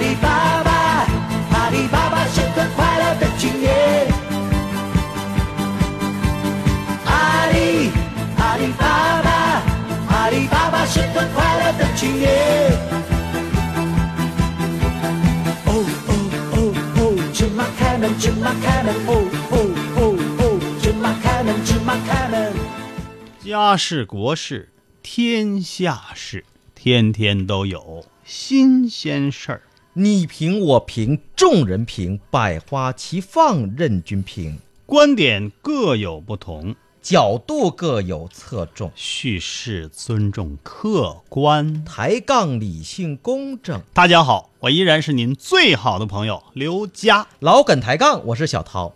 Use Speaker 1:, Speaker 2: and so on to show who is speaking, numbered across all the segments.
Speaker 1: 里巴巴，阿里巴巴是个快乐的青年。阿里阿里巴巴，阿里巴巴是个快乐的青年。哦哦哦哦，芝麻开门，芝麻开门，哦哦哦哦，芝麻开门，芝麻开门。
Speaker 2: 家事国事天下事，天天都有新鲜事儿。
Speaker 3: 你评我评，众人评，百花齐放，任君评。
Speaker 2: 观点各有不同，
Speaker 3: 角度各有侧重，
Speaker 2: 叙事尊重客观。
Speaker 3: 抬杠理性公正。
Speaker 2: 大家好，我依然是您最好的朋友刘佳。
Speaker 3: 老梗抬杠，我是小涛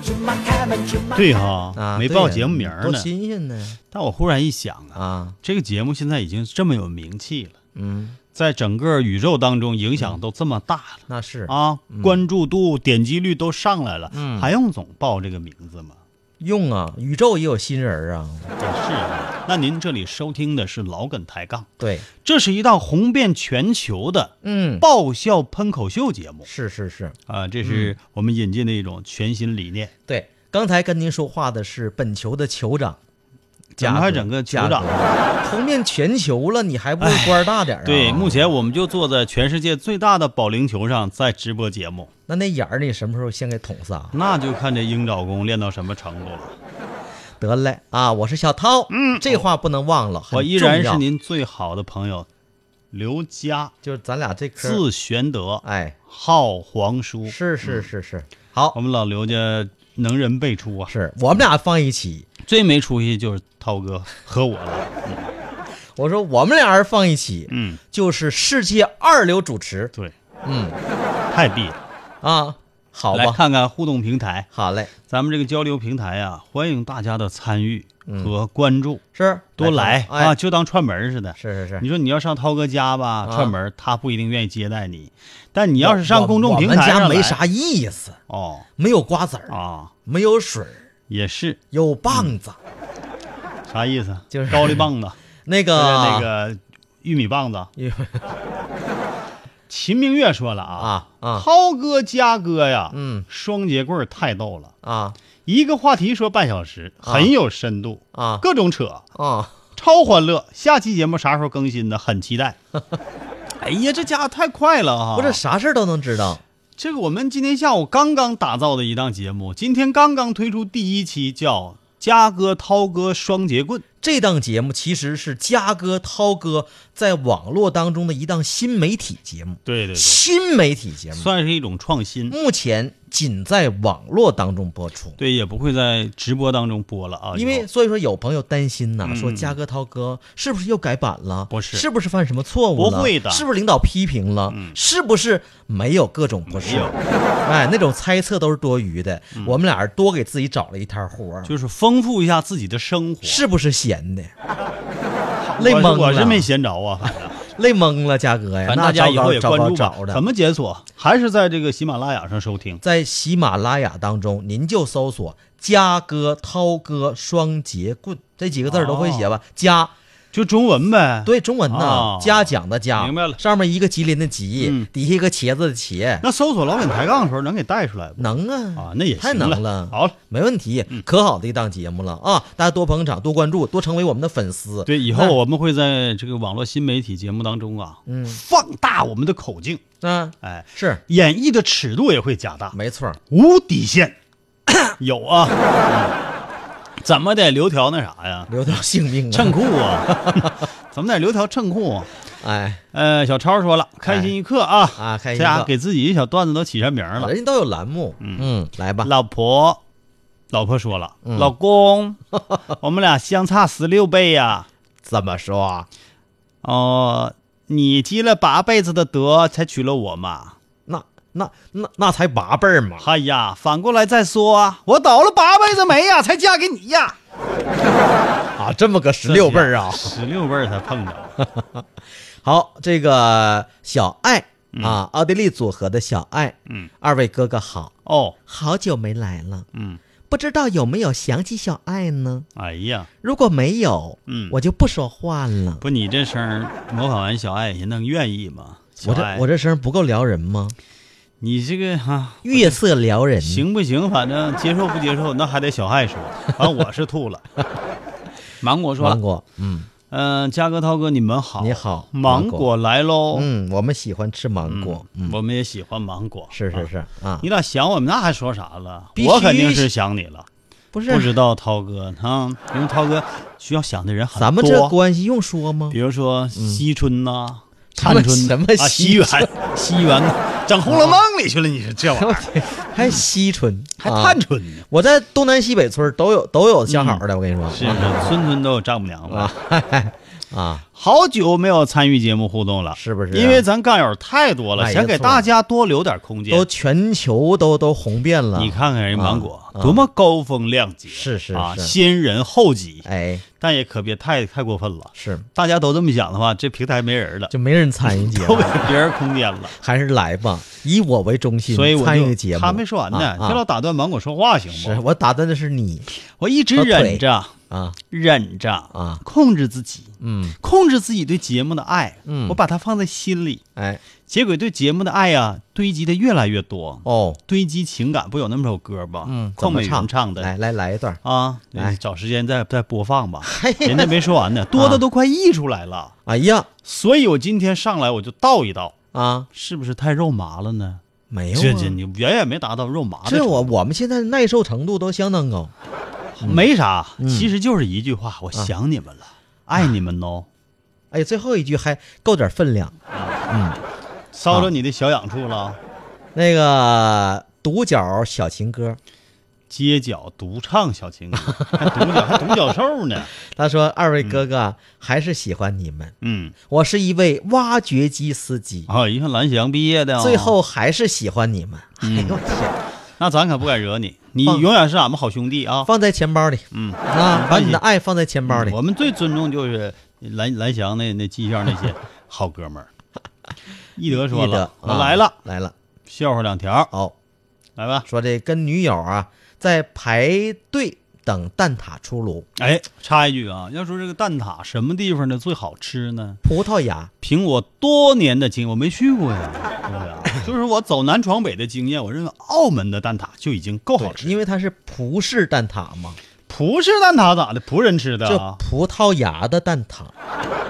Speaker 1: 芝麻开门，芝麻
Speaker 2: 对
Speaker 1: 开门
Speaker 2: 哈、
Speaker 3: 啊，
Speaker 2: 没
Speaker 3: 对
Speaker 2: 报
Speaker 3: 呀
Speaker 2: 节目名儿
Speaker 3: 多
Speaker 2: 呢。
Speaker 3: 新鲜呢
Speaker 2: 但我忽然一想啊，
Speaker 3: 啊，
Speaker 2: 这个节目现在已经这么有名气了，
Speaker 3: 嗯，
Speaker 2: 在整个宇宙当中影响都这么大了。
Speaker 3: 那是
Speaker 2: 啊，关注度、点击率都上来了，
Speaker 3: 嗯
Speaker 2: 还用总报这个名字吗？
Speaker 3: 用啊，宇宙也有新人儿啊，
Speaker 2: 也是啊。那您这里收听的是老梗抬杠，
Speaker 3: 对，
Speaker 2: 这是一档红遍全球的
Speaker 3: 嗯，
Speaker 2: 爆笑喷口秀节目
Speaker 3: 是是是，
Speaker 2: 啊，这
Speaker 3: 嗯
Speaker 2: 是我们引进的一种全新理念。
Speaker 3: 对。刚才跟您说话的是本球的酋长，
Speaker 2: 怎么
Speaker 3: 贾
Speaker 2: 还
Speaker 3: 哥
Speaker 2: 整个
Speaker 3: 贾
Speaker 2: 酋长哎
Speaker 3: 哥？红遍全球了，你还不官儿大点儿啊？
Speaker 2: 对，目前我们就坐在全世界最大的保龄球上，在直播节目，
Speaker 3: 那那眼儿你什么时候先给捅仨？
Speaker 2: 那就看这鹰爪功练到什么程度了。
Speaker 3: 得嘞啊！我是小涛，嗯，这话不能忘了，
Speaker 2: 哦
Speaker 3: 很
Speaker 2: 我依然
Speaker 3: 重
Speaker 2: 是
Speaker 3: 要，
Speaker 2: 您最好的朋友，刘佳，
Speaker 3: 就是咱俩这科，
Speaker 2: 字玄德，
Speaker 3: 哎，
Speaker 2: 号皇叔。
Speaker 3: 是是是是，好
Speaker 2: 我，们老刘家能人辈出啊，
Speaker 3: 是我们俩放一起。
Speaker 2: 最没出息就是涛哥和我了。
Speaker 3: 我说我们俩人放一起，
Speaker 2: 嗯，
Speaker 3: 就是世界二流主持
Speaker 2: 对，
Speaker 3: 嗯，
Speaker 2: 太必了。
Speaker 3: 啊，好
Speaker 2: 来
Speaker 3: 吧，
Speaker 2: 看看互动平台，
Speaker 3: 好嘞，
Speaker 2: 咱们这个交流平台啊，欢迎大家的参与和关注，
Speaker 3: 是
Speaker 2: 多来
Speaker 3: 看
Speaker 2: 啊，
Speaker 3: 嗯哎，
Speaker 2: 就当串门儿似的。
Speaker 3: 是是是
Speaker 2: 你，说你要上涛哥家吧，
Speaker 3: 啊
Speaker 2: 串门儿他不一定愿意接待你，但你要是上公众平台
Speaker 3: 我们
Speaker 2: 上
Speaker 3: 家没
Speaker 2: 来
Speaker 3: 啥意思，
Speaker 2: 哦嗯
Speaker 3: 没有瓜子儿，
Speaker 2: 啊，
Speaker 3: 没有水儿，
Speaker 2: 也是
Speaker 3: 有棒子，
Speaker 2: 啥意思？
Speaker 3: 就是啊
Speaker 2: 高丽棒 子，
Speaker 3: 那个
Speaker 2: 那个玉米棒子。秦明月说了啊，
Speaker 3: 啊啊
Speaker 2: 涛哥佳哥呀，
Speaker 3: 嗯
Speaker 2: 双节棍儿太逗了，
Speaker 3: 啊
Speaker 2: 一个话题说半小时，很有深度，
Speaker 3: 啊
Speaker 2: 各种扯，
Speaker 3: 啊，
Speaker 2: 超欢乐。下期节目啥时候更新呢？很期 待。哎呀，这家伙太快了哈！
Speaker 3: 不是啥事儿都能知道。
Speaker 2: 这个我们今天下午刚刚打造的一档节目，今天刚刚推出第一期，叫《嘉哥涛哥双节棍》。
Speaker 3: 这档节目其实是嘉哥、涛哥在网络当中的一档新媒体节目，
Speaker 2: 对对对，
Speaker 3: 新媒体节目
Speaker 2: 算是一种创新。
Speaker 3: 目前仅在网络当中播出。
Speaker 2: 对，也不会在直播当中播了啊，
Speaker 3: 因
Speaker 2: 以
Speaker 3: 为
Speaker 2: 后
Speaker 3: 所以说有朋友担心呐、
Speaker 2: 嗯
Speaker 3: 说嘉哥、涛哥是不是又改版了？
Speaker 2: 不是
Speaker 3: 是不是犯什么错误了？
Speaker 2: 不会的嗯
Speaker 3: 是不是领导批评了？是不是没有各种不
Speaker 2: 没
Speaker 3: 是
Speaker 2: 有？ 嗯
Speaker 3: 哎，那种猜测都是多余的。我们俩人多给自己找了一摊活儿，
Speaker 2: 就是丰富一下自己的生活。
Speaker 3: 是不是闲的？
Speaker 2: 我
Speaker 3: 累懵了
Speaker 2: 我是没闲着啊，反正
Speaker 3: 累懵了，嘉哥呀，
Speaker 2: 反正
Speaker 3: 那
Speaker 2: 大家以后也
Speaker 3: 找
Speaker 2: 关
Speaker 3: 着
Speaker 2: 注
Speaker 3: 找
Speaker 2: 吧
Speaker 3: 着。找
Speaker 2: 怎
Speaker 3: 的。
Speaker 2: 么解锁？还是在这个喜马拉雅上收听。
Speaker 3: 在喜马拉雅当中，您就搜索“嘉哥、涛哥双节棍”这几个字儿都会写吧？嘉
Speaker 2: 就中文呗。，
Speaker 3: 对中文呐
Speaker 2: 哦，
Speaker 3: 嘉奖的嘉，
Speaker 2: 明白了
Speaker 3: 上面一个吉林的吉，
Speaker 2: 嗯
Speaker 3: 底下一个茄子的茄，
Speaker 2: 那搜索老梗抬杠的时候能给带出来不？
Speaker 3: 能啊
Speaker 2: 啊，那也行
Speaker 3: 太能
Speaker 2: 了
Speaker 3: 了。
Speaker 2: 好了，嗯
Speaker 3: 没问题，可好的一档节目了啊！大家多捧场，多关注，多成为我们的粉丝。
Speaker 2: 对，以后我们会在这个网络新媒体节目当中啊，
Speaker 3: 嗯
Speaker 2: 放大我们的口径，
Speaker 3: 啊，
Speaker 2: 哎，
Speaker 3: 是
Speaker 2: 演绎的尺度也会加大，
Speaker 3: 没错儿，
Speaker 2: 无底线。有啊，嗯怎么得留条那啥呀？
Speaker 3: 留条性命
Speaker 2: 衬
Speaker 3: 啊！
Speaker 2: 裤啊， 怎么得留条衬裤啊？
Speaker 3: 哎，
Speaker 2: 呃，小超说了，开心一刻啊
Speaker 3: 啊开心一
Speaker 2: 这
Speaker 3: 刻
Speaker 2: 家给自己小段子都起上名了。
Speaker 3: 人家都有栏目，嗯，来吧，嗯
Speaker 2: 老婆，老婆说了，老公， 我们俩相差十六倍呀、
Speaker 3: 怎么说啊？
Speaker 2: 哦、你积了八辈子的德才娶了我嘛？
Speaker 3: 那那那那才八辈儿嘛，
Speaker 2: 哎呀，反过来再说啊，我倒了八辈子霉呀、才嫁给你呀、
Speaker 3: 啊，这么个十六辈儿啊！
Speaker 2: 十六辈儿才碰着。
Speaker 3: 好，这个小爱啊，奥地利组合的小爱，
Speaker 2: 嗯，
Speaker 3: 二位哥哥好，
Speaker 2: 哦，
Speaker 3: 好久没来了，
Speaker 2: 嗯，
Speaker 3: 不知道有没有想起小爱呢？
Speaker 2: 哎呀，
Speaker 3: 如果没有，
Speaker 2: 嗯
Speaker 3: 我就不说话了。
Speaker 2: 不，你这声儿模仿完小爱，人能愿意吗？小
Speaker 3: 我这
Speaker 2: 爱
Speaker 3: 我这声不够撩人吗？
Speaker 2: 你这个哈、啊
Speaker 3: 月色撩人，
Speaker 2: 行不行？反正接受不接受，那还得小爱说。反正我是吐 了。芒果说
Speaker 3: 芒
Speaker 2: 了
Speaker 3: 果，嗯：“
Speaker 2: 嗯、嘉哥、涛哥，你们好，
Speaker 3: 你好
Speaker 2: 芒
Speaker 3: 芒果
Speaker 2: 果来喽。
Speaker 3: 嗯，我们喜欢吃芒果，嗯，
Speaker 2: 我们也喜欢芒果。
Speaker 3: 是是
Speaker 2: 啊
Speaker 3: 是啊，
Speaker 2: 你俩想我们那还说啥了？
Speaker 3: 必须
Speaker 2: 我肯定是想你了。
Speaker 3: 不是
Speaker 2: 不知道涛哥啊，因为涛哥需要想的人很多。
Speaker 3: 咱们这关系用说吗
Speaker 2: 比？如说惜春呐、
Speaker 3: 什么
Speaker 2: 探春
Speaker 3: 什么
Speaker 2: 啊，
Speaker 3: 惜
Speaker 2: 西园， 西园呐，整《红楼梦》里去了。你说这玩意
Speaker 3: 啊
Speaker 2: 儿
Speaker 3: 还惜春，
Speaker 2: 还
Speaker 3: 啊
Speaker 2: 探春呢？
Speaker 3: 我在东南西北村都有都有相好的，我跟你说，
Speaker 2: 嗯是是，孙春都有丈母娘了。
Speaker 3: 啊，
Speaker 2: 好久没有参与节目互动了，
Speaker 3: 是不是啊
Speaker 2: 因为咱干友太多了，
Speaker 3: 哎呀
Speaker 2: 想给大家多留点空
Speaker 3: 都
Speaker 2: 间。
Speaker 3: 全球都都红遍了。
Speaker 2: 你，看看人芒果
Speaker 3: 啊啊啊
Speaker 2: 多么高风亮节，
Speaker 3: 是是
Speaker 2: 啊，
Speaker 3: 是
Speaker 2: 先人后己，
Speaker 3: 哎，
Speaker 2: 但也可别太太过分了。
Speaker 3: 是
Speaker 2: 大家都这么想的话，这平台没人了，
Speaker 3: 就没人参与节
Speaker 2: 都
Speaker 3: 目
Speaker 2: 给，别人空间了。
Speaker 3: 还是来吧，以我为中心
Speaker 2: 所以我
Speaker 3: 参与
Speaker 2: 就
Speaker 3: 节目。
Speaker 2: 他没说完呢，
Speaker 3: 啊
Speaker 2: 别老
Speaker 3: 啊
Speaker 2: 打断芒果说话行
Speaker 3: 是
Speaker 2: 不？
Speaker 3: 我打断的是你
Speaker 2: 我一直忍着，
Speaker 3: 啊，
Speaker 2: 忍着
Speaker 3: 啊
Speaker 2: 控制自己，
Speaker 3: 嗯，
Speaker 2: 控制自己对节目的爱，
Speaker 3: 嗯
Speaker 2: 我把它放在心里。
Speaker 3: 哎，
Speaker 2: 结果对节目的爱呀、啊堆积的越来越多，
Speaker 3: 哦，
Speaker 2: 堆积情感，不有那么首歌吗？
Speaker 3: 嗯，怎
Speaker 2: 邝
Speaker 3: 么
Speaker 2: 美云
Speaker 3: 唱
Speaker 2: 唱的
Speaker 3: 来来来一段。
Speaker 2: 啊，
Speaker 3: 来
Speaker 2: 找时间再再播放吧。人家没说完呢，多
Speaker 3: 啊
Speaker 2: 的都快溢出来了。
Speaker 3: 哎呀
Speaker 2: 所以我今天上来我就倒一倒，
Speaker 3: 啊，
Speaker 2: 是不是太肉麻了呢？
Speaker 3: 没有
Speaker 2: 这
Speaker 3: 啊
Speaker 2: 这你远远没达到肉麻的程
Speaker 3: 这
Speaker 2: 度，
Speaker 3: 我我们现在耐受程度都相当高。
Speaker 2: 没啥，
Speaker 3: 嗯
Speaker 2: 其实就是一句话，我
Speaker 3: 啊
Speaker 2: 想你们了，爱你们哦。
Speaker 3: 哎，最后一句还够点分量。
Speaker 2: 烧着你的小痒处了，
Speaker 3: 那个独角小情歌，
Speaker 2: 街角独唱小情歌，还独角还独角兽呢。
Speaker 3: 他说：“二位哥哥啊，还是喜欢你们。
Speaker 2: 嗯，
Speaker 3: 我是一位挖掘机司机，
Speaker 2: 啊，一看蓝翔毕业的、哦，嗯
Speaker 3: 最后还是喜欢你们。哎呦我天，
Speaker 2: 那咱可不敢惹你，你
Speaker 3: 放
Speaker 2: 永远是俺们好兄弟啊。
Speaker 3: 放在钱包里
Speaker 2: 嗯，
Speaker 3: 啊，把你的爱放在钱包里。
Speaker 2: 我们最尊重就是蓝蓝翔那那技校那些好哥 们儿。一德说
Speaker 3: 记得
Speaker 2: 了
Speaker 3: 啊，
Speaker 2: 我来了，
Speaker 3: 来了。
Speaker 2: 笑话两条，
Speaker 3: 哦，
Speaker 2: 来吧。
Speaker 3: 说这跟女友啊在排队等蛋挞出炉，
Speaker 2: 哎，插一句啊，要说这个蛋挞什么地方的最好吃呢？
Speaker 3: 葡萄牙
Speaker 2: 凭我多年的经验，我没去过呀，对不对？就是我走南闯北的经验，我认为澳门的蛋挞就已经够好
Speaker 3: 对
Speaker 2: 吃。
Speaker 3: 因为它是葡式蛋挞嘛，
Speaker 2: 葡式蛋挞咋的？葡人吃的
Speaker 3: 叫
Speaker 2: 啊？
Speaker 3: 葡萄牙的蛋挞。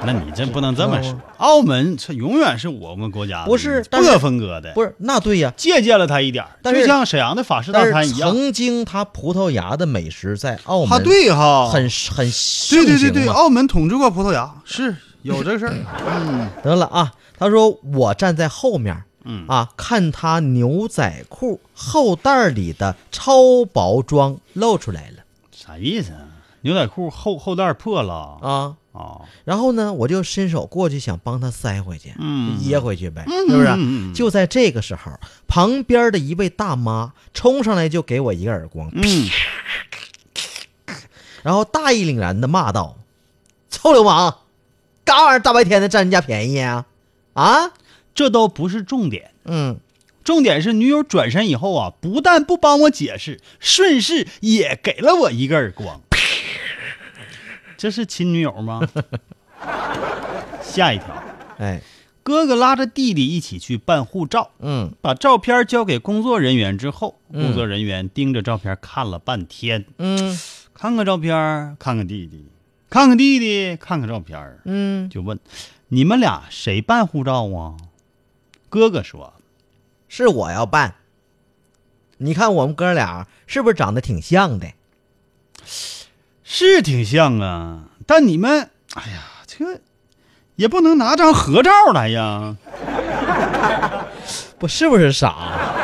Speaker 2: 那你真不能这么说
Speaker 3: 哦。
Speaker 2: 澳门这永远是我们国家的
Speaker 3: 不是但是
Speaker 2: 不可分割的，
Speaker 3: 不是，那对呀。
Speaker 2: 借鉴了他一点儿，
Speaker 3: 但是
Speaker 2: 就像沈阳的法式大
Speaker 3: 但
Speaker 2: 餐
Speaker 3: 是
Speaker 2: 一样。
Speaker 3: 曾经它葡萄牙的美食在澳门
Speaker 2: 啊，对哈，
Speaker 3: 很很
Speaker 2: 对对
Speaker 3: 盛
Speaker 2: 对哦
Speaker 3: 行
Speaker 2: 对，
Speaker 3: 嘛
Speaker 2: 澳门统治过葡萄牙，是有这个事儿。
Speaker 3: 得了啊，他说我站在后面，
Speaker 2: 嗯
Speaker 3: 啊，看他牛仔裤后袋里的超薄装露出来了
Speaker 2: 啥意思啊？牛仔裤后后带破了
Speaker 3: 啊，
Speaker 2: 啊？
Speaker 3: 然后呢，我就伸手过去想帮他塞回去，
Speaker 2: 嗯
Speaker 3: 掖回去呗，是不是？
Speaker 2: 嗯嗯嗯
Speaker 3: 就在这个时候，旁边的一位大妈冲上来就给我一个耳光，
Speaker 2: 嗯，
Speaker 3: 然后大义凛然的骂道：“臭流氓，干啥玩意儿？大白天的占人家便宜啊？啊？
Speaker 2: 这都不是重点，
Speaker 3: 嗯，
Speaker 2: 重点是女友转身以后啊，不但不帮我解释，顺势也给了我一个耳 光。这是亲女友吗？ 下一条，
Speaker 3: 哎，
Speaker 2: 哥哥拉着弟弟一起去办护照，
Speaker 3: 嗯，
Speaker 2: 把照片交给工作人员之后，
Speaker 3: 嗯
Speaker 2: 工作人员盯着照片看了半天，
Speaker 3: 嗯，
Speaker 2: 看看照片儿，看看弟弟，看看弟弟，看看照片儿，
Speaker 3: 嗯，
Speaker 2: 就问你们俩谁办护照啊？哥哥说
Speaker 3: 是我要办。你看我们哥俩是不是长得挺像的？
Speaker 2: 是挺像啊，但你们，哎呀，这个也不能拿张合照来呀。
Speaker 3: 不是不是傻？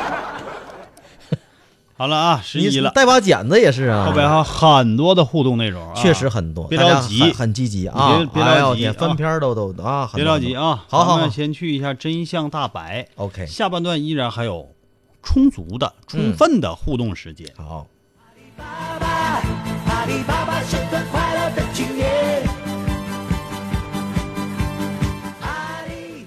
Speaker 2: 好了啊，十
Speaker 3: 你
Speaker 2: 一了，
Speaker 3: 带把剪子也是啊。
Speaker 2: 后边还有很多的互动内容啊，
Speaker 3: 确实很多，
Speaker 2: 别
Speaker 3: 大家
Speaker 2: 着急
Speaker 3: 很很积极啊！
Speaker 2: 别别
Speaker 3: 哎呦
Speaker 2: 着
Speaker 3: 我
Speaker 2: 急
Speaker 3: 天
Speaker 2: 啊
Speaker 3: 翻篇儿都都啊！很
Speaker 2: 别
Speaker 3: 多
Speaker 2: 着急啊，
Speaker 3: 好
Speaker 2: 咱
Speaker 3: 好好
Speaker 2: 们先去一下真相大白。
Speaker 3: ，OK，
Speaker 2: 下半段依然还有充足的、
Speaker 3: 嗯
Speaker 2: 充分的互动时间。
Speaker 3: 好，
Speaker 1: 阿里巴巴，阿里巴巴是个快乐的青年。阿里。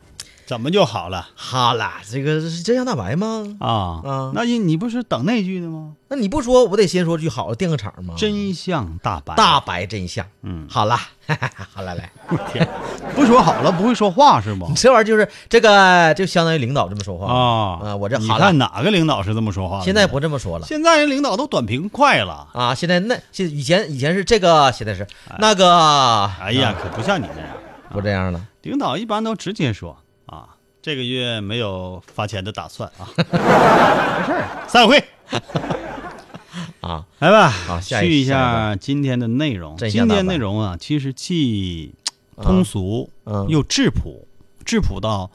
Speaker 2: 怎么就好了
Speaker 3: 好了，这个是真相大白吗？
Speaker 2: 啊？
Speaker 3: 啊
Speaker 2: 那你你不是等那句呢吗？
Speaker 3: 那你不说，我得先说句好的，垫个场吗？
Speaker 2: 真相大白，
Speaker 3: 嗯大白真相。
Speaker 2: 嗯
Speaker 3: 好了， 好了，来，
Speaker 2: 天，不说好了不会说话是不
Speaker 3: 你？这玩意儿就是这个，就相当于领导这么说话
Speaker 2: 啊
Speaker 3: 啊，我这
Speaker 2: 你
Speaker 3: 好了
Speaker 2: 看，哪个领导是这么说话的？
Speaker 3: 现在不这么说 了。
Speaker 2: 现在人领导都短平快了。
Speaker 3: 啊，现在那现以前以前是这个，现在是那个，
Speaker 2: 哎呀，可不像你这样，
Speaker 3: 不这样了。
Speaker 2: 领导一般都直接说啊，这个月没有发钱的打算啊，没事儿， 散会。
Speaker 3: 啊，
Speaker 2: 来吧，
Speaker 3: 好下一
Speaker 2: 去一
Speaker 3: 下
Speaker 2: 下今天的内容。
Speaker 3: 真
Speaker 2: 今
Speaker 3: 相大白
Speaker 2: 天内容啊，其实既通俗
Speaker 3: 嗯
Speaker 2: 又质朴，质朴到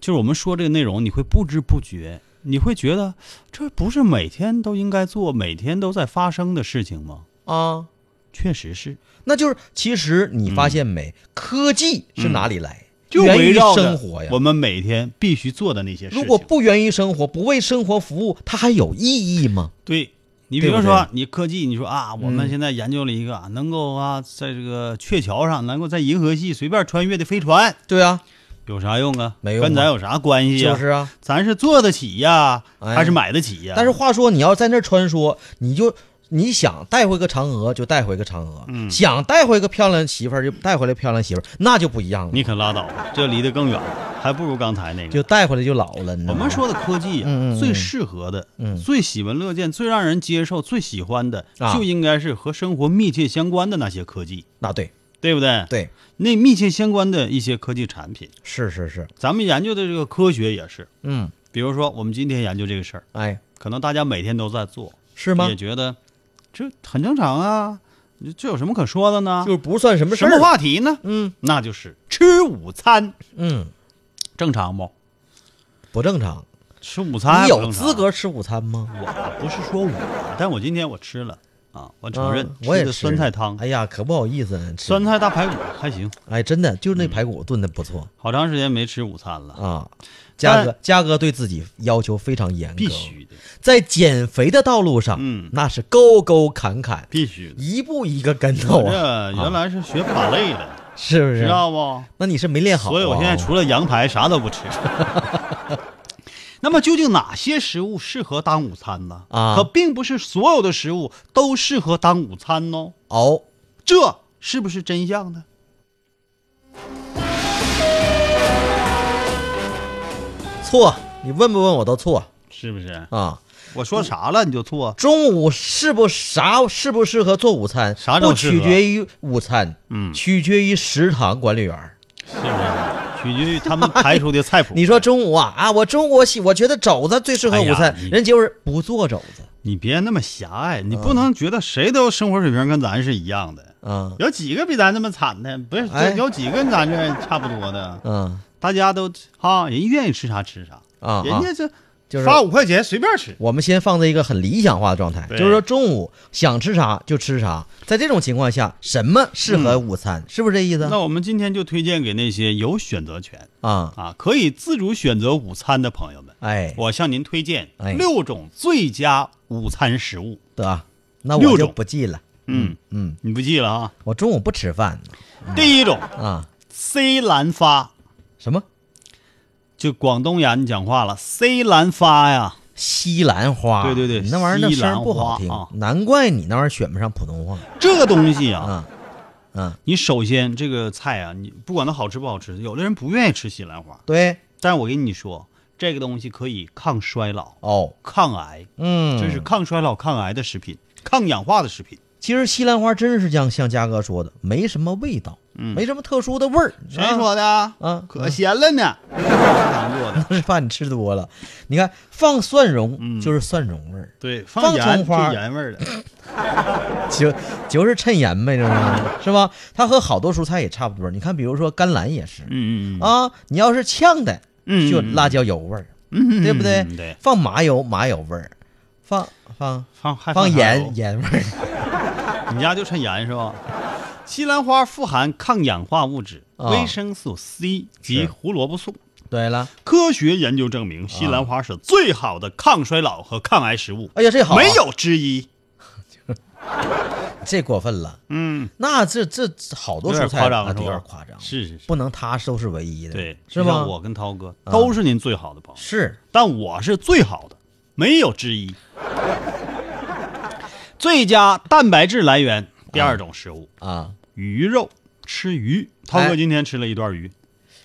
Speaker 2: 就是我们说这个内容，你会不知不觉，你会觉得这不是每天都应该做、每天都在发生的事情吗？
Speaker 3: 啊，
Speaker 2: 确实是，
Speaker 3: 那就是其实你发现没，科技是哪里来？
Speaker 2: 嗯就
Speaker 3: 源
Speaker 2: 围
Speaker 3: 于
Speaker 2: 绕着
Speaker 3: 生活呀。
Speaker 2: 我们每天必须做的那些事情。
Speaker 3: 如果不源于生活，不为生活服务，它还有意义吗？
Speaker 2: 对你，比
Speaker 3: 对不
Speaker 2: 如说
Speaker 3: 对嗯
Speaker 2: 你科技，你说啊，我们现在研究了一个啊能够啊，在这个鹊桥上能够在银河系随便穿越的飞船，
Speaker 3: 对啊，
Speaker 2: 有啥用啊？
Speaker 3: 没用啊
Speaker 2: 跟咱有啥关系呀、
Speaker 3: 就是啊。
Speaker 2: 咱是做得起呀，
Speaker 3: 哎
Speaker 2: 还是买得起呀？
Speaker 3: 但是话说，你要在那儿穿梭，你就你想带回个嫦娥就带回个嫦娥，
Speaker 2: 嗯
Speaker 3: 想带回个漂亮媳妇儿就带回来漂亮媳妇儿，那就不一样了，
Speaker 2: 你可拉倒吧，这离得更远了，还不如刚才那个。
Speaker 3: 就带回来就老了。你知道
Speaker 2: 我
Speaker 3: 吗
Speaker 2: 们说的科技呀、
Speaker 3: 嗯嗯嗯
Speaker 2: 最适合的、
Speaker 3: 嗯
Speaker 2: 最喜闻乐见、最让人接受、最喜欢的，
Speaker 3: 啊
Speaker 2: 就应该是和生活密切相关的那些科技，
Speaker 3: 那啊对
Speaker 2: 对不对？，
Speaker 3: 对
Speaker 2: 那密切相关的一些科技产品，
Speaker 3: 是是是，
Speaker 2: 咱们研究的这个科学也是，
Speaker 3: 嗯，
Speaker 2: 比如说我们今天研究这个事儿，
Speaker 3: 哎，
Speaker 2: 可能大家每天都在做，
Speaker 3: 是吗
Speaker 2: 也？觉得这很正常啊，你这有什么可说的呢？
Speaker 3: 就是不算什么事
Speaker 2: 什
Speaker 3: 儿，啊
Speaker 2: 么话题呢？
Speaker 3: 嗯
Speaker 2: 那就是吃午餐，
Speaker 3: 嗯，
Speaker 2: 正常不？
Speaker 3: 不正常。
Speaker 2: 吃午餐还哎
Speaker 3: 你
Speaker 2: 不
Speaker 3: 有
Speaker 2: 正常啊
Speaker 3: 资？格吃午餐吗？
Speaker 2: 我不是说我，但我今天我吃了啊，我承认
Speaker 3: 啊，我也
Speaker 2: 的
Speaker 3: 吃
Speaker 2: 酸菜汤，
Speaker 3: 哎呀，可不好意思呢，吃
Speaker 2: 酸菜嗯大排骨还行，
Speaker 3: 哎，真的就是那排骨炖的不错
Speaker 2: 好长时间没吃午餐了，
Speaker 3: 啊。
Speaker 2: 嗯
Speaker 3: 嘉
Speaker 2: 但
Speaker 3: 哥，嘉哥对自己要求非常严格，
Speaker 2: 必须的，
Speaker 3: 在减肥的道路上，
Speaker 2: 嗯
Speaker 3: 那是沟沟坎坎，
Speaker 2: 必须的。
Speaker 3: 一步一个跟
Speaker 2: 我
Speaker 3: 头啊，
Speaker 2: 这原来是学芭蕾的，
Speaker 3: 是不
Speaker 2: 知
Speaker 3: 是？
Speaker 2: 道不？
Speaker 3: 那你是没练好啊，
Speaker 2: 所以我现在除了羊排啥都不吃。 那么究竟哪些食物适合当午餐呢？
Speaker 3: 啊
Speaker 2: 可并不是所有的食物都适合当午餐哦。
Speaker 3: 哦，
Speaker 2: 这是不是真相呢？
Speaker 3: 错，你问不问我都错
Speaker 2: 是不是？
Speaker 3: 啊。
Speaker 2: 我说啥了你就错？
Speaker 3: 中午适不啥适不适合做午餐，
Speaker 2: 啥都
Speaker 3: 不
Speaker 2: 适合
Speaker 3: 取决于午餐，
Speaker 2: 嗯
Speaker 3: 取决于食堂管理员儿。
Speaker 2: 是不是？取决于他们排出的菜谱。
Speaker 3: 你说中午啊啊，我中午我喜我觉得肘子最适合午餐，
Speaker 2: 哎呀你
Speaker 3: 人结果是不做肘子
Speaker 2: 你别那么狭隘，你不能觉得谁都生活水平跟咱是一样的。
Speaker 3: 啊
Speaker 2: 有几个比咱这么惨的？不是，
Speaker 3: 哎
Speaker 2: 有几个跟咱这差不多的？
Speaker 3: 啊
Speaker 2: 大家都哈，人愿意吃啥吃啥，
Speaker 3: 啊！
Speaker 2: 人
Speaker 3: 啊
Speaker 2: 家这
Speaker 3: 就是
Speaker 2: 发五块钱随便吃。
Speaker 3: 我们先放在一个很理想化的状态，
Speaker 2: 对
Speaker 3: 就是说中午想吃啥就吃啥，在这种情况下，什么适合午餐，是不是这意
Speaker 2: 嗯那
Speaker 3: 思？
Speaker 2: 我们今天就推荐给那些有选择权
Speaker 3: 啊，
Speaker 2: 啊，可以自主选择午餐的朋友们，
Speaker 3: 哎，
Speaker 2: 我向您推荐
Speaker 3: 哎
Speaker 2: 六种最佳午餐食物。
Speaker 3: 得，那
Speaker 2: 六
Speaker 3: 我就
Speaker 2: 种
Speaker 3: 不记了。
Speaker 2: 嗯，
Speaker 3: 嗯，
Speaker 2: 你不记了啊？
Speaker 3: 我中午不吃饭
Speaker 2: 第一种
Speaker 3: 啊，
Speaker 2: C 兰发，
Speaker 3: 什么
Speaker 2: 就广东人讲话了，C 兰发呀，
Speaker 3: 西兰花？
Speaker 2: 对对对
Speaker 3: 你那玩意儿那
Speaker 2: 西
Speaker 3: 声
Speaker 2: 兰
Speaker 3: 儿不
Speaker 2: 花
Speaker 3: 好听
Speaker 2: 啊，
Speaker 3: 难怪你那玩意儿选不上普通话
Speaker 2: 这个东西啊，
Speaker 3: 啊啊！
Speaker 2: 你首先这个菜啊，你不管它好吃不好吃，有的人不愿意吃西兰花，
Speaker 3: 对
Speaker 2: 但我跟你说，这个东西可以抗衰老、
Speaker 3: 哦，
Speaker 2: 抗癌，
Speaker 3: 嗯，
Speaker 2: 这是抗衰老、抗癌的食品，抗氧化的食品。
Speaker 3: 其实西兰花真是像像嘉哥说的，没什么味道，没什么特殊的味儿。
Speaker 2: 嗯谁说的啊？
Speaker 3: 啊
Speaker 2: 可咸了呢，
Speaker 3: 嗯
Speaker 2: 食堂做的。
Speaker 3: 啊？是怕你吃多了。你看，放蒜
Speaker 2: 嗯
Speaker 3: 蓉就是蒜蓉味儿，
Speaker 2: 对，
Speaker 3: 放
Speaker 2: 盐
Speaker 3: 葱花
Speaker 2: 就盐味儿的。
Speaker 3: 就就是趁盐呗，这是是吧？它和好多蔬菜也差不多。你看，比如说甘蓝也是
Speaker 2: 嗯嗯
Speaker 3: 啊，你要是呛的，
Speaker 2: 嗯
Speaker 3: 就辣椒油味儿，
Speaker 2: 嗯
Speaker 3: 对不对？
Speaker 2: 对，
Speaker 3: 放麻油麻油味儿，放放
Speaker 2: 放还
Speaker 3: 放
Speaker 2: 啥
Speaker 3: 盐
Speaker 2: 油
Speaker 3: 盐味儿，
Speaker 2: 你家就趁盐是吧？西兰花富含抗氧化物质、
Speaker 3: 啊
Speaker 2: 维生素 C 及
Speaker 3: 是啊
Speaker 2: 胡萝卜素。
Speaker 3: 对了，
Speaker 2: 科学研究证明，西兰花是最好的抗衰老和抗癌食物，
Speaker 3: 哎呀，这好啊、
Speaker 2: 没有之一。
Speaker 3: 这过分了。
Speaker 2: 嗯，
Speaker 3: 那这这好多
Speaker 2: 有点
Speaker 3: 蔬菜
Speaker 2: 夸张
Speaker 3: 啊
Speaker 2: 是吧
Speaker 3: 有点夸张，
Speaker 2: 是是是，
Speaker 3: 不能它都是唯一的，
Speaker 2: 对，
Speaker 3: 是
Speaker 2: 就像
Speaker 3: 吗？
Speaker 2: 我跟涛哥
Speaker 3: 啊
Speaker 2: 都是您最好的朋友，
Speaker 3: 是
Speaker 2: 但我是最好的，没有之一。 最佳蛋白质来源第二种食物，
Speaker 3: 啊，
Speaker 2: 鱼肉，吃鱼。涛
Speaker 3: 哎
Speaker 2: 哥今天吃了一段鱼，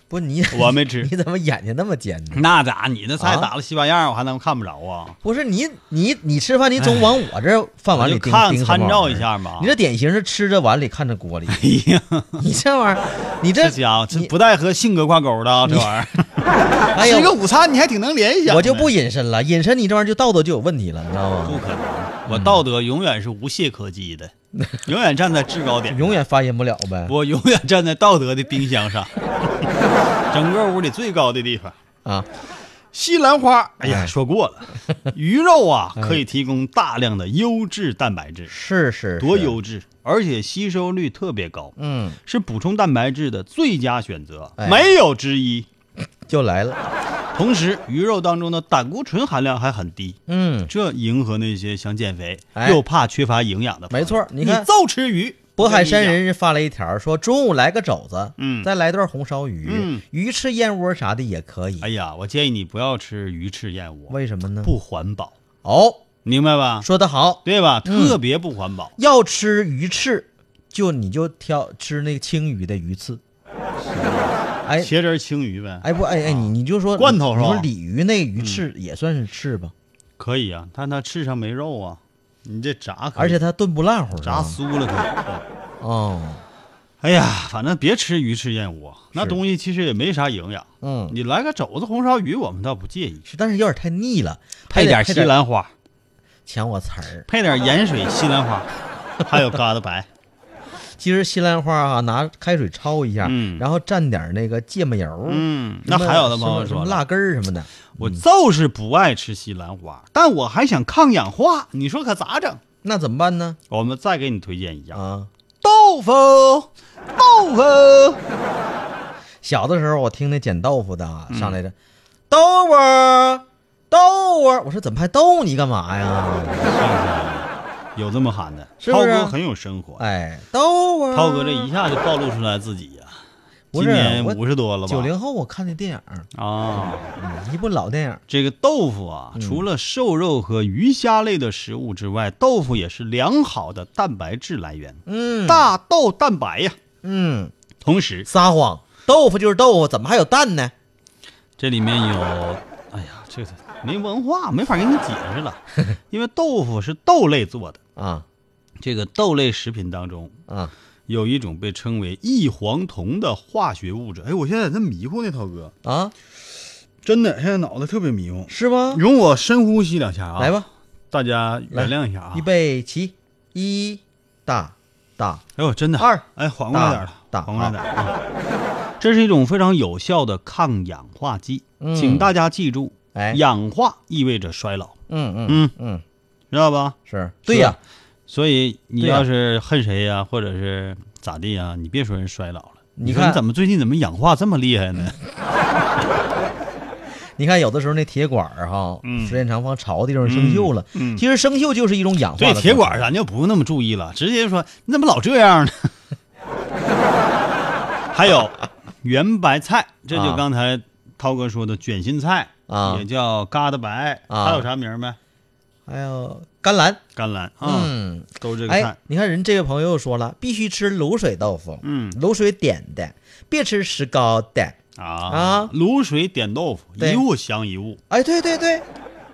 Speaker 3: 不你
Speaker 2: 我没吃
Speaker 3: 你怎么眼睛那么尖呢？
Speaker 2: 那咋？你那菜
Speaker 3: 啊
Speaker 2: 打了西巴样，我还能看不着啊？
Speaker 3: 不是你你你吃饭你总往我这饭碗里
Speaker 2: 哎我就
Speaker 3: 盯，
Speaker 2: 看
Speaker 3: 盯什么
Speaker 2: 参
Speaker 3: 玩意儿
Speaker 2: 照一下啊嘛
Speaker 3: 你这典型是吃着碗里看 着锅里，
Speaker 2: 哎呀，
Speaker 3: 你这玩意儿，你
Speaker 2: 这
Speaker 3: 这
Speaker 2: 家伙这
Speaker 3: 你
Speaker 2: 不带和性格挂钩的啊，这玩意
Speaker 3: 哎
Speaker 2: 儿。
Speaker 3: 呀
Speaker 2: 吃，个午餐你还挺能联想，哎
Speaker 3: 我就不。隐身了，隐身你这玩意儿就道德就有问题了，你知道
Speaker 2: 不
Speaker 3: 吗？
Speaker 2: 可能，
Speaker 3: 嗯
Speaker 2: 我道德永远是无懈可击的，永远站在制高点，
Speaker 3: 永远发言不了呗。
Speaker 2: 我永远站在道德的冰箱 上，整个屋里最高的地方。
Speaker 3: 啊，
Speaker 2: 西兰花，哎呀，
Speaker 3: 哎
Speaker 2: 说过 了，鱼肉啊可以提供大量的优质蛋白质，
Speaker 3: 是是，
Speaker 2: 多
Speaker 3: 是，啊
Speaker 2: 优质，而且吸收率特别高，
Speaker 3: 嗯，
Speaker 2: 是补充蛋白质的最佳选择，
Speaker 3: 哎
Speaker 2: 没有之一。
Speaker 3: 就来了，
Speaker 2: 同时，鱼肉当中的胆固醇含量还很低，
Speaker 3: 嗯，
Speaker 2: 这迎合那些想减肥
Speaker 3: 哎
Speaker 2: 又怕缺乏营养的朋友。
Speaker 3: 没错
Speaker 2: 你
Speaker 3: 你看
Speaker 2: 就吃鱼，
Speaker 3: 渤海山人发了一条说中午来个肘子，
Speaker 2: 嗯
Speaker 3: 再来段红烧鱼，
Speaker 2: 嗯
Speaker 3: 鱼翅燕窝啥的也可以。
Speaker 2: 哎呀，我建议你不要吃鱼翅燕窝，
Speaker 3: 为什么呢？
Speaker 2: 不环保，
Speaker 3: 哦，
Speaker 2: 明白吧？
Speaker 3: 说得好，
Speaker 2: 对吧？特别不环保。
Speaker 3: 要吃鱼翅，就你就挑吃那个青鱼的鱼 刺。哎
Speaker 2: 茄汁儿青鱼呗，
Speaker 3: 哎不哎哎你你就说
Speaker 2: 罐头是吧嗯
Speaker 3: 你说鲤鱼那鱼翅也算是翅吧，
Speaker 2: 可以啊，但它翅上没肉啊，你这炸可以，
Speaker 3: 而且它嗯炖不烂乎，是吧
Speaker 2: 炸酥了可以。
Speaker 3: 啊哦，
Speaker 2: 哎呀，反正别吃鱼翅燕窝，那东西其实也没啥营养。
Speaker 3: 嗯，
Speaker 2: 你来个肘子红烧鱼，我们倒不介意，
Speaker 3: 是但是有点太腻了，
Speaker 2: 配
Speaker 3: 点
Speaker 2: 点西，兰花，
Speaker 3: 抢我词儿。
Speaker 2: 配点盐水西兰花，还有疙瘩白。
Speaker 3: 其实西兰花啊，拿开水焯一下，
Speaker 2: 嗯
Speaker 3: 然后蘸点那个芥末油，
Speaker 2: 嗯，
Speaker 3: 什么，
Speaker 2: 那还有的
Speaker 3: 什
Speaker 2: 朋友
Speaker 3: 么什
Speaker 2: 说
Speaker 3: 么
Speaker 2: 了
Speaker 3: 辣根儿什么的，
Speaker 2: 我就是不爱吃西兰花，但我还想抗氧化，你说可咋整？
Speaker 3: 那怎么办呢？
Speaker 2: 我们再给你推荐一样，
Speaker 3: 啊，
Speaker 2: 豆腐，豆腐。
Speaker 3: 小的时候我听那捡豆腐的啊，
Speaker 2: 嗯
Speaker 3: 上来着，豆腐儿，豆腐儿，我说怎么还逗你干嘛呀？
Speaker 2: 有这么喊的，
Speaker 3: 是
Speaker 2: 涛
Speaker 3: 不是
Speaker 2: 哥很有生活。
Speaker 3: 哎，豆腐儿，
Speaker 2: 涛哥这一下就暴露出来自己呀、
Speaker 3: 不
Speaker 2: 今
Speaker 3: 是
Speaker 2: 年
Speaker 3: 我
Speaker 2: 五十多了吧？
Speaker 3: 九零后我看那电影儿，
Speaker 2: 啊，
Speaker 3: 嗯一部老电影儿，
Speaker 2: 这个豆腐啊，
Speaker 3: 嗯
Speaker 2: 除了瘦肉和鱼虾类的食物之外，豆腐也是良好的蛋白质来源，
Speaker 3: 嗯
Speaker 2: 大豆蛋白呀。
Speaker 3: 嗯，
Speaker 2: 同时，
Speaker 3: 撒谎，豆腐就是豆腐，怎么还有蛋呢？
Speaker 2: 这里面有，哎呀，这个没文化，没法给你解释 了，因为豆腐是豆类做的，
Speaker 3: 啊
Speaker 2: 这个豆类食品当中
Speaker 3: 啊，
Speaker 2: 有一种被称为异黄酮的化学物质。哎，我现在在迷糊呢，涛哥，
Speaker 3: 啊，
Speaker 2: 真的，现在脑袋特别迷糊。
Speaker 3: 是吗？
Speaker 2: 容我深呼吸两下啊！
Speaker 3: 来，吧，
Speaker 2: 大家原谅一下啊！
Speaker 3: 预备起，一，大大
Speaker 2: 哎呦，真的
Speaker 3: 二
Speaker 2: 哎，缓过来点儿了，
Speaker 3: 大大
Speaker 2: 缓过来点儿啊！这是一种非常有效的抗氧化剂，
Speaker 3: 嗯
Speaker 2: 请大家记住，
Speaker 3: 哎
Speaker 2: 氧化意味着衰老，
Speaker 3: 嗯嗯
Speaker 2: 嗯
Speaker 3: 嗯，
Speaker 2: 知道吧？
Speaker 3: 是对呀，
Speaker 2: 所以你
Speaker 3: 对呀
Speaker 2: 要是恨谁呀、或者是咋地呀、你别说人衰老了，
Speaker 3: 你
Speaker 2: 说
Speaker 3: 看
Speaker 2: 你怎么最近怎么氧化这么厉害 呢？
Speaker 3: 你看有的时候那铁管儿哈，
Speaker 2: 嗯
Speaker 3: 时间长放潮的地方生锈了，
Speaker 2: 嗯嗯
Speaker 3: 其实生锈就是一种氧化的
Speaker 2: 对
Speaker 3: 过程。
Speaker 2: 铁管儿咱就不用那么注意了，直接说你怎么老这样呢？ 还有圆白菜，这就
Speaker 3: 啊
Speaker 2: 刚才涛哥说的卷心菜
Speaker 3: 啊
Speaker 2: 也叫疙瘩白，
Speaker 3: 啊
Speaker 2: 还有啥名儿没？
Speaker 3: 还有甘蓝，
Speaker 2: 甘蓝啊，
Speaker 3: 嗯，
Speaker 2: 都这个
Speaker 3: 哎
Speaker 2: 菜，，
Speaker 3: 你看人这位朋友说了，必须吃卤水豆腐，
Speaker 2: 嗯
Speaker 3: 卤水点的，别吃石膏的。
Speaker 2: 啊
Speaker 3: 啊
Speaker 2: 卤水点豆腐，
Speaker 3: 对
Speaker 2: 一物降一物。
Speaker 3: 哎，对对对，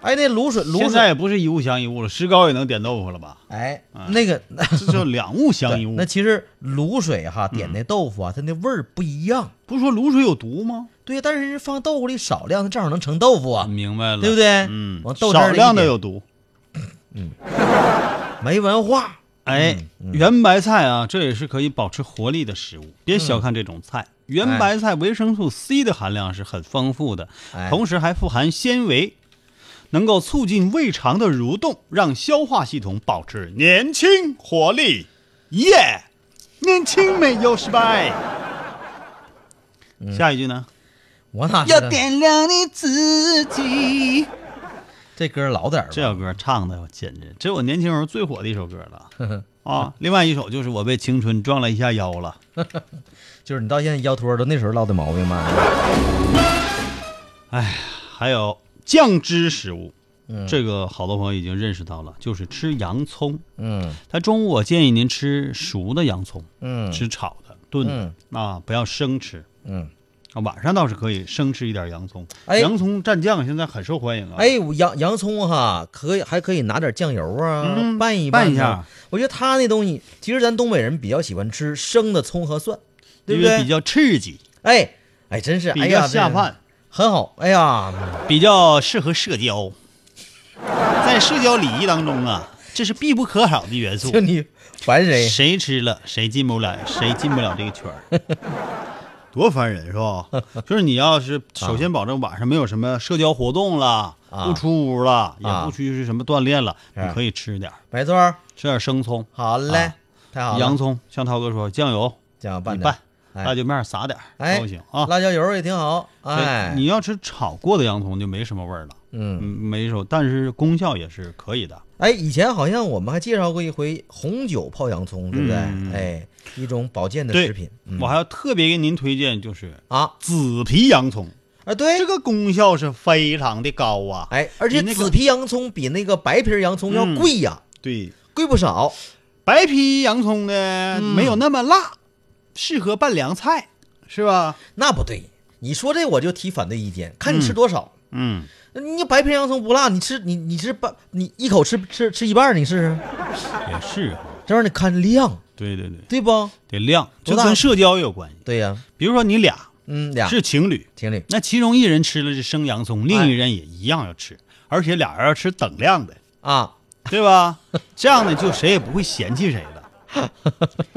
Speaker 3: 哎，那卤水卤
Speaker 2: 现在啊
Speaker 3: 水，
Speaker 2: 也不是一物降一物了，石膏也能点豆腐了 吧？
Speaker 3: 哎，那个。
Speaker 2: 这叫两物降一
Speaker 3: 对
Speaker 2: 物
Speaker 3: 那。其实卤水哈
Speaker 2: 嗯
Speaker 3: 点那豆腐啊，它那味儿不一样。
Speaker 2: 不是说卤水有毒吗？
Speaker 3: 对，但是人家放豆腐里少量，它正好能成豆腐啊，
Speaker 2: 明白了，
Speaker 3: 对不对
Speaker 2: 嗯
Speaker 3: 往，豆汁儿
Speaker 2: 少
Speaker 3: 里一
Speaker 2: 量的
Speaker 3: 点
Speaker 2: 有毒。嗯
Speaker 3: 没文化。
Speaker 2: 哎，圆白菜啊，这也是可以保持活力的食物。别小看这种菜，圆白菜维生素 C 的含量是很丰富的，
Speaker 3: 哎
Speaker 2: 同时还富含纤维，能够促进胃肠的蠕动，让消化系统保持年轻活力。耶、年轻没有失败。下一句呢？
Speaker 3: 我哪知道？
Speaker 2: 亮你自己。
Speaker 3: 这歌老点儿吧
Speaker 2: 这首歌唱的我简直，这我年轻时候最火的一首歌了啊！另外一首就是我被青春撞了一下腰了。
Speaker 3: 就是你到现在腰托儿都那时候落的毛病嘛。
Speaker 2: 还有酱汁食物，
Speaker 3: 嗯
Speaker 2: 这个好多朋友已经认识到了，就是吃洋葱。
Speaker 3: 嗯
Speaker 2: 但中午我建议您吃熟的洋葱，
Speaker 3: 嗯
Speaker 2: 吃炒的、炖的、啊，不要生吃。
Speaker 3: 嗯，
Speaker 2: 啊，晚上倒是可以生吃一点洋葱，
Speaker 3: 哎
Speaker 2: 洋葱蘸酱现在很受欢迎啊。，
Speaker 3: 哎，我洋洋葱哈，可以还可以拿点酱油啊，
Speaker 2: 嗯
Speaker 3: 拌一
Speaker 2: 拌一
Speaker 3: 呐
Speaker 2: 下。
Speaker 3: 我觉得他那东西，其实咱东北人比较喜欢吃生的葱和蒜，对
Speaker 2: 因
Speaker 3: 不
Speaker 2: 为比
Speaker 3: 对？
Speaker 2: 较刺激，
Speaker 3: 哎哎，真是，哎
Speaker 2: 比
Speaker 3: 呀，
Speaker 2: 较下
Speaker 3: 这
Speaker 2: 饭，
Speaker 3: 很好。哎 呀，
Speaker 2: 比较适合社交，在社交礼仪当中啊，这是必不可少的元素
Speaker 3: 就。你烦谁？
Speaker 2: 谁吃了谁进不了，谁进不了这个圈儿， 多烦人是吧？就是你要是首先保证晚上没有什么社交活动了，
Speaker 3: 啊
Speaker 2: 不出屋了，
Speaker 3: 啊
Speaker 2: 也不去什么锻炼了，
Speaker 3: 是
Speaker 2: 你可以吃点儿，
Speaker 3: 没错儿，
Speaker 2: 吃点生葱、
Speaker 3: 好嘞，
Speaker 2: 啊
Speaker 3: 太好了。
Speaker 2: 洋葱，像涛哥说，酱油
Speaker 3: 酱油
Speaker 2: 你
Speaker 3: 拌
Speaker 2: 拌
Speaker 3: 着，，哎
Speaker 2: 辣椒面撒点儿
Speaker 3: 哎，
Speaker 2: 都行啊。
Speaker 3: 辣椒油也挺好。
Speaker 2: 对
Speaker 3: 哎，
Speaker 2: 你要吃炒过的洋葱就没什么味儿了，
Speaker 3: 嗯，
Speaker 2: 嗯，没什么，但是功效也是可以的。
Speaker 3: 哎，以前好像我们还介绍过一回红酒泡洋葱，对不对？
Speaker 2: 嗯
Speaker 3: 哎，一种保健的
Speaker 2: 对
Speaker 3: 食品。嗯
Speaker 2: 我还要特别给您推荐，就是
Speaker 3: 啊
Speaker 2: 紫皮洋葱。
Speaker 3: 啊，对
Speaker 2: 这，个功效是非常的高啊！
Speaker 3: 哎，而且
Speaker 2: 你那个
Speaker 3: 紫皮洋葱比那个白皮洋葱要
Speaker 2: 嗯
Speaker 3: 贵呀、
Speaker 2: 对，
Speaker 3: 贵不少。
Speaker 2: 白皮洋葱呢、
Speaker 3: 嗯
Speaker 2: 没有那么辣，适合拌凉菜，是吧？
Speaker 3: 那不对，你说这我就提反对意见，看你吃多少。
Speaker 2: 嗯，
Speaker 3: 你白皮洋葱不辣，你吃你你吃半，你一口吃吃吃一半儿，你试试，
Speaker 2: 也是哈。
Speaker 3: 这玩意儿得看量，
Speaker 2: 对对对，
Speaker 3: 对不？
Speaker 2: 得量，
Speaker 3: 多
Speaker 2: 这
Speaker 3: 大
Speaker 2: 跟社交也有关系。
Speaker 3: 对呀、
Speaker 2: 比如说你俩
Speaker 3: 嗯，俩
Speaker 2: 是情侣，
Speaker 3: 情侣，
Speaker 2: 那其中一人吃了这生洋葱，
Speaker 3: 哎
Speaker 2: 另一人也一样要吃，而且俩人要吃等量的，
Speaker 3: 啊，
Speaker 2: 对吧？这样呢，就谁也不会嫌弃谁了。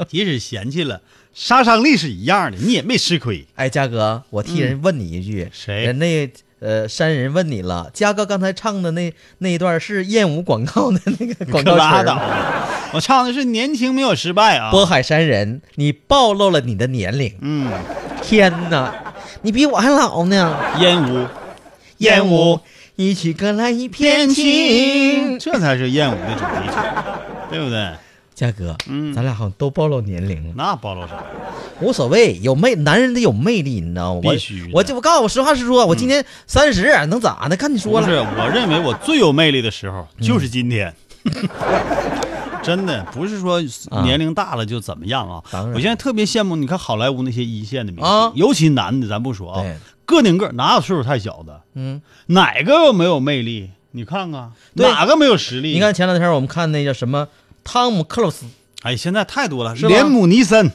Speaker 2: 即使嫌弃了，杀伤力是一样的，你也没吃亏。
Speaker 3: 哎，嘉哥，我替人问你一句，
Speaker 2: 嗯谁
Speaker 3: 人那呃山人问你了，嘉哥刚才唱的那那一段是燕舞广告的那个广
Speaker 2: 可
Speaker 3: 告曲
Speaker 2: 拉
Speaker 3: 儿
Speaker 2: 倒
Speaker 3: 吗？
Speaker 2: 吧！我唱的是年轻没有失败啊。
Speaker 3: 渤海山人，你暴露了你的年龄。
Speaker 2: 嗯，
Speaker 3: 天哪，你比我还老呢！
Speaker 2: 燕舞，
Speaker 3: 燕舞，一曲歌来一片情。
Speaker 2: 这才是燕舞的主题曲，对不对？
Speaker 3: 嘉哥，
Speaker 2: 嗯
Speaker 3: 咱俩好像都暴露年龄了，
Speaker 2: 那暴露啥？
Speaker 3: 无所谓，有魅，男人得有魅力，你知道吗？我
Speaker 2: 必须的嗯
Speaker 3: 我就我告诉我实话实说，我今年三十、能咋的？看你说
Speaker 2: 不是，
Speaker 3: 了，嗯
Speaker 2: 我认为我最有魅力的时候就是今 天。真的不是说年龄大了就怎么样啊
Speaker 3: 啊当然！
Speaker 2: 我现在特别羡慕，你看好莱坞那些一线的明
Speaker 3: 啊
Speaker 2: 星，尤其男的，咱不说啊
Speaker 3: 对，
Speaker 2: 个顶个哪有岁数太小的？
Speaker 3: 嗯，
Speaker 2: 哪个没有魅力？你看看，
Speaker 3: 对
Speaker 2: 哪个没有实力？
Speaker 3: 你看，前两天我们看那叫什么汤姆克鲁斯，
Speaker 2: 哎，现在太多了，
Speaker 3: 是吧
Speaker 2: 连姆尼森，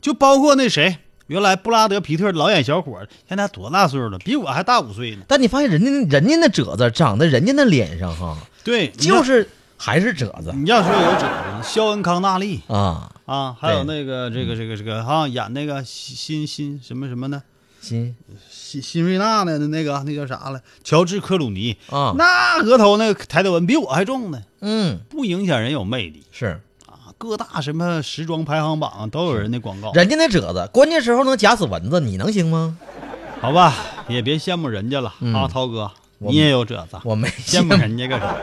Speaker 2: 就包括那谁，原来布拉德皮特老演小伙儿，现在多大岁数了？比我还大五岁呢。
Speaker 3: 但你发现人家人家那褶子长在人家那脸上哈，
Speaker 2: 对，
Speaker 3: 就是还是褶子
Speaker 2: 你要说有指呢，肖恩康纳利
Speaker 3: 啊，
Speaker 2: 啊，还有那个这个这个这个哈、演那个辛辛辛什么什么呢？
Speaker 3: 亲
Speaker 2: 辛辛瑞娜呢？那个那叫啥了？乔治克鲁尼
Speaker 3: 啊
Speaker 2: 那额头那个抬头纹比我还重呢，
Speaker 3: 嗯
Speaker 2: 不影响人有魅力
Speaker 3: 是。
Speaker 2: 啊！各大什么时装排行榜都有人的广告，
Speaker 3: 人家那褶子，关键时候能夹死蚊子，你能行吗？
Speaker 2: 好吧，也别羡慕人家了、啊，涛哥，
Speaker 3: 嗯我
Speaker 2: 你也有褶子，
Speaker 3: 我没
Speaker 2: 羡慕人家干啥？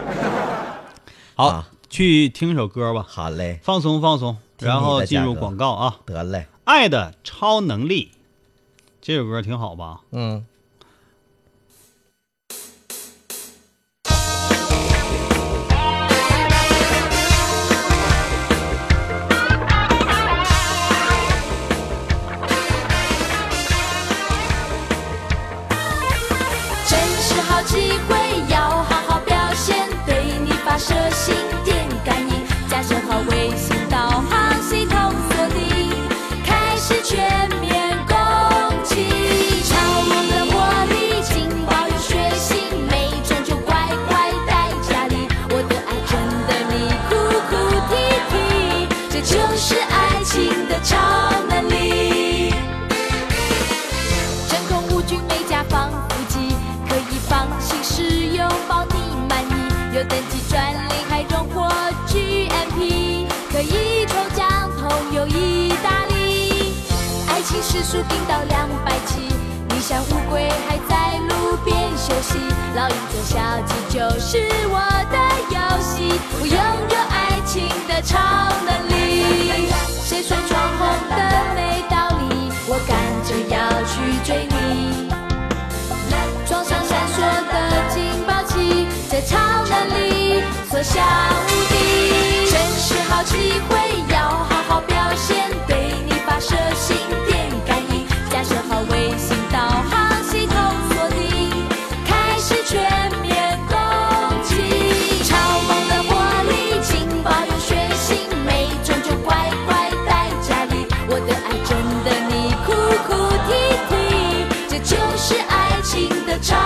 Speaker 2: 好，
Speaker 3: 啊
Speaker 2: 去听首歌吧，
Speaker 3: 好嘞，
Speaker 2: 放松放松，
Speaker 3: 听你
Speaker 2: 然后
Speaker 3: 的
Speaker 2: 进入
Speaker 3: 价格
Speaker 2: 广告啊。
Speaker 3: 得嘞，
Speaker 2: 爱的超能力，这首歌挺好吧？
Speaker 3: 嗯，
Speaker 4: 真是好机会，要好好表现，对你发射心电感应，加设好卫星导航系统锁定，开始全面攻击。超梦的我时速顶到两百七。你像乌龟还在路边休息，老鹰捉小鸡就是我的游戏。我拥有爱情的超能力，谁说闯红灯没道理？我赶着要去追你，撞上闪烁的警报器，这超能力所向无敌。真是好机会，要好好表现，对你发射心电感应，架设好卫星导航系统锁定，开始全面攻击。超猛的火力，劲爆又血腥，没种就乖乖待家里。我的爱真的你哭哭啼啼，这就是爱情的超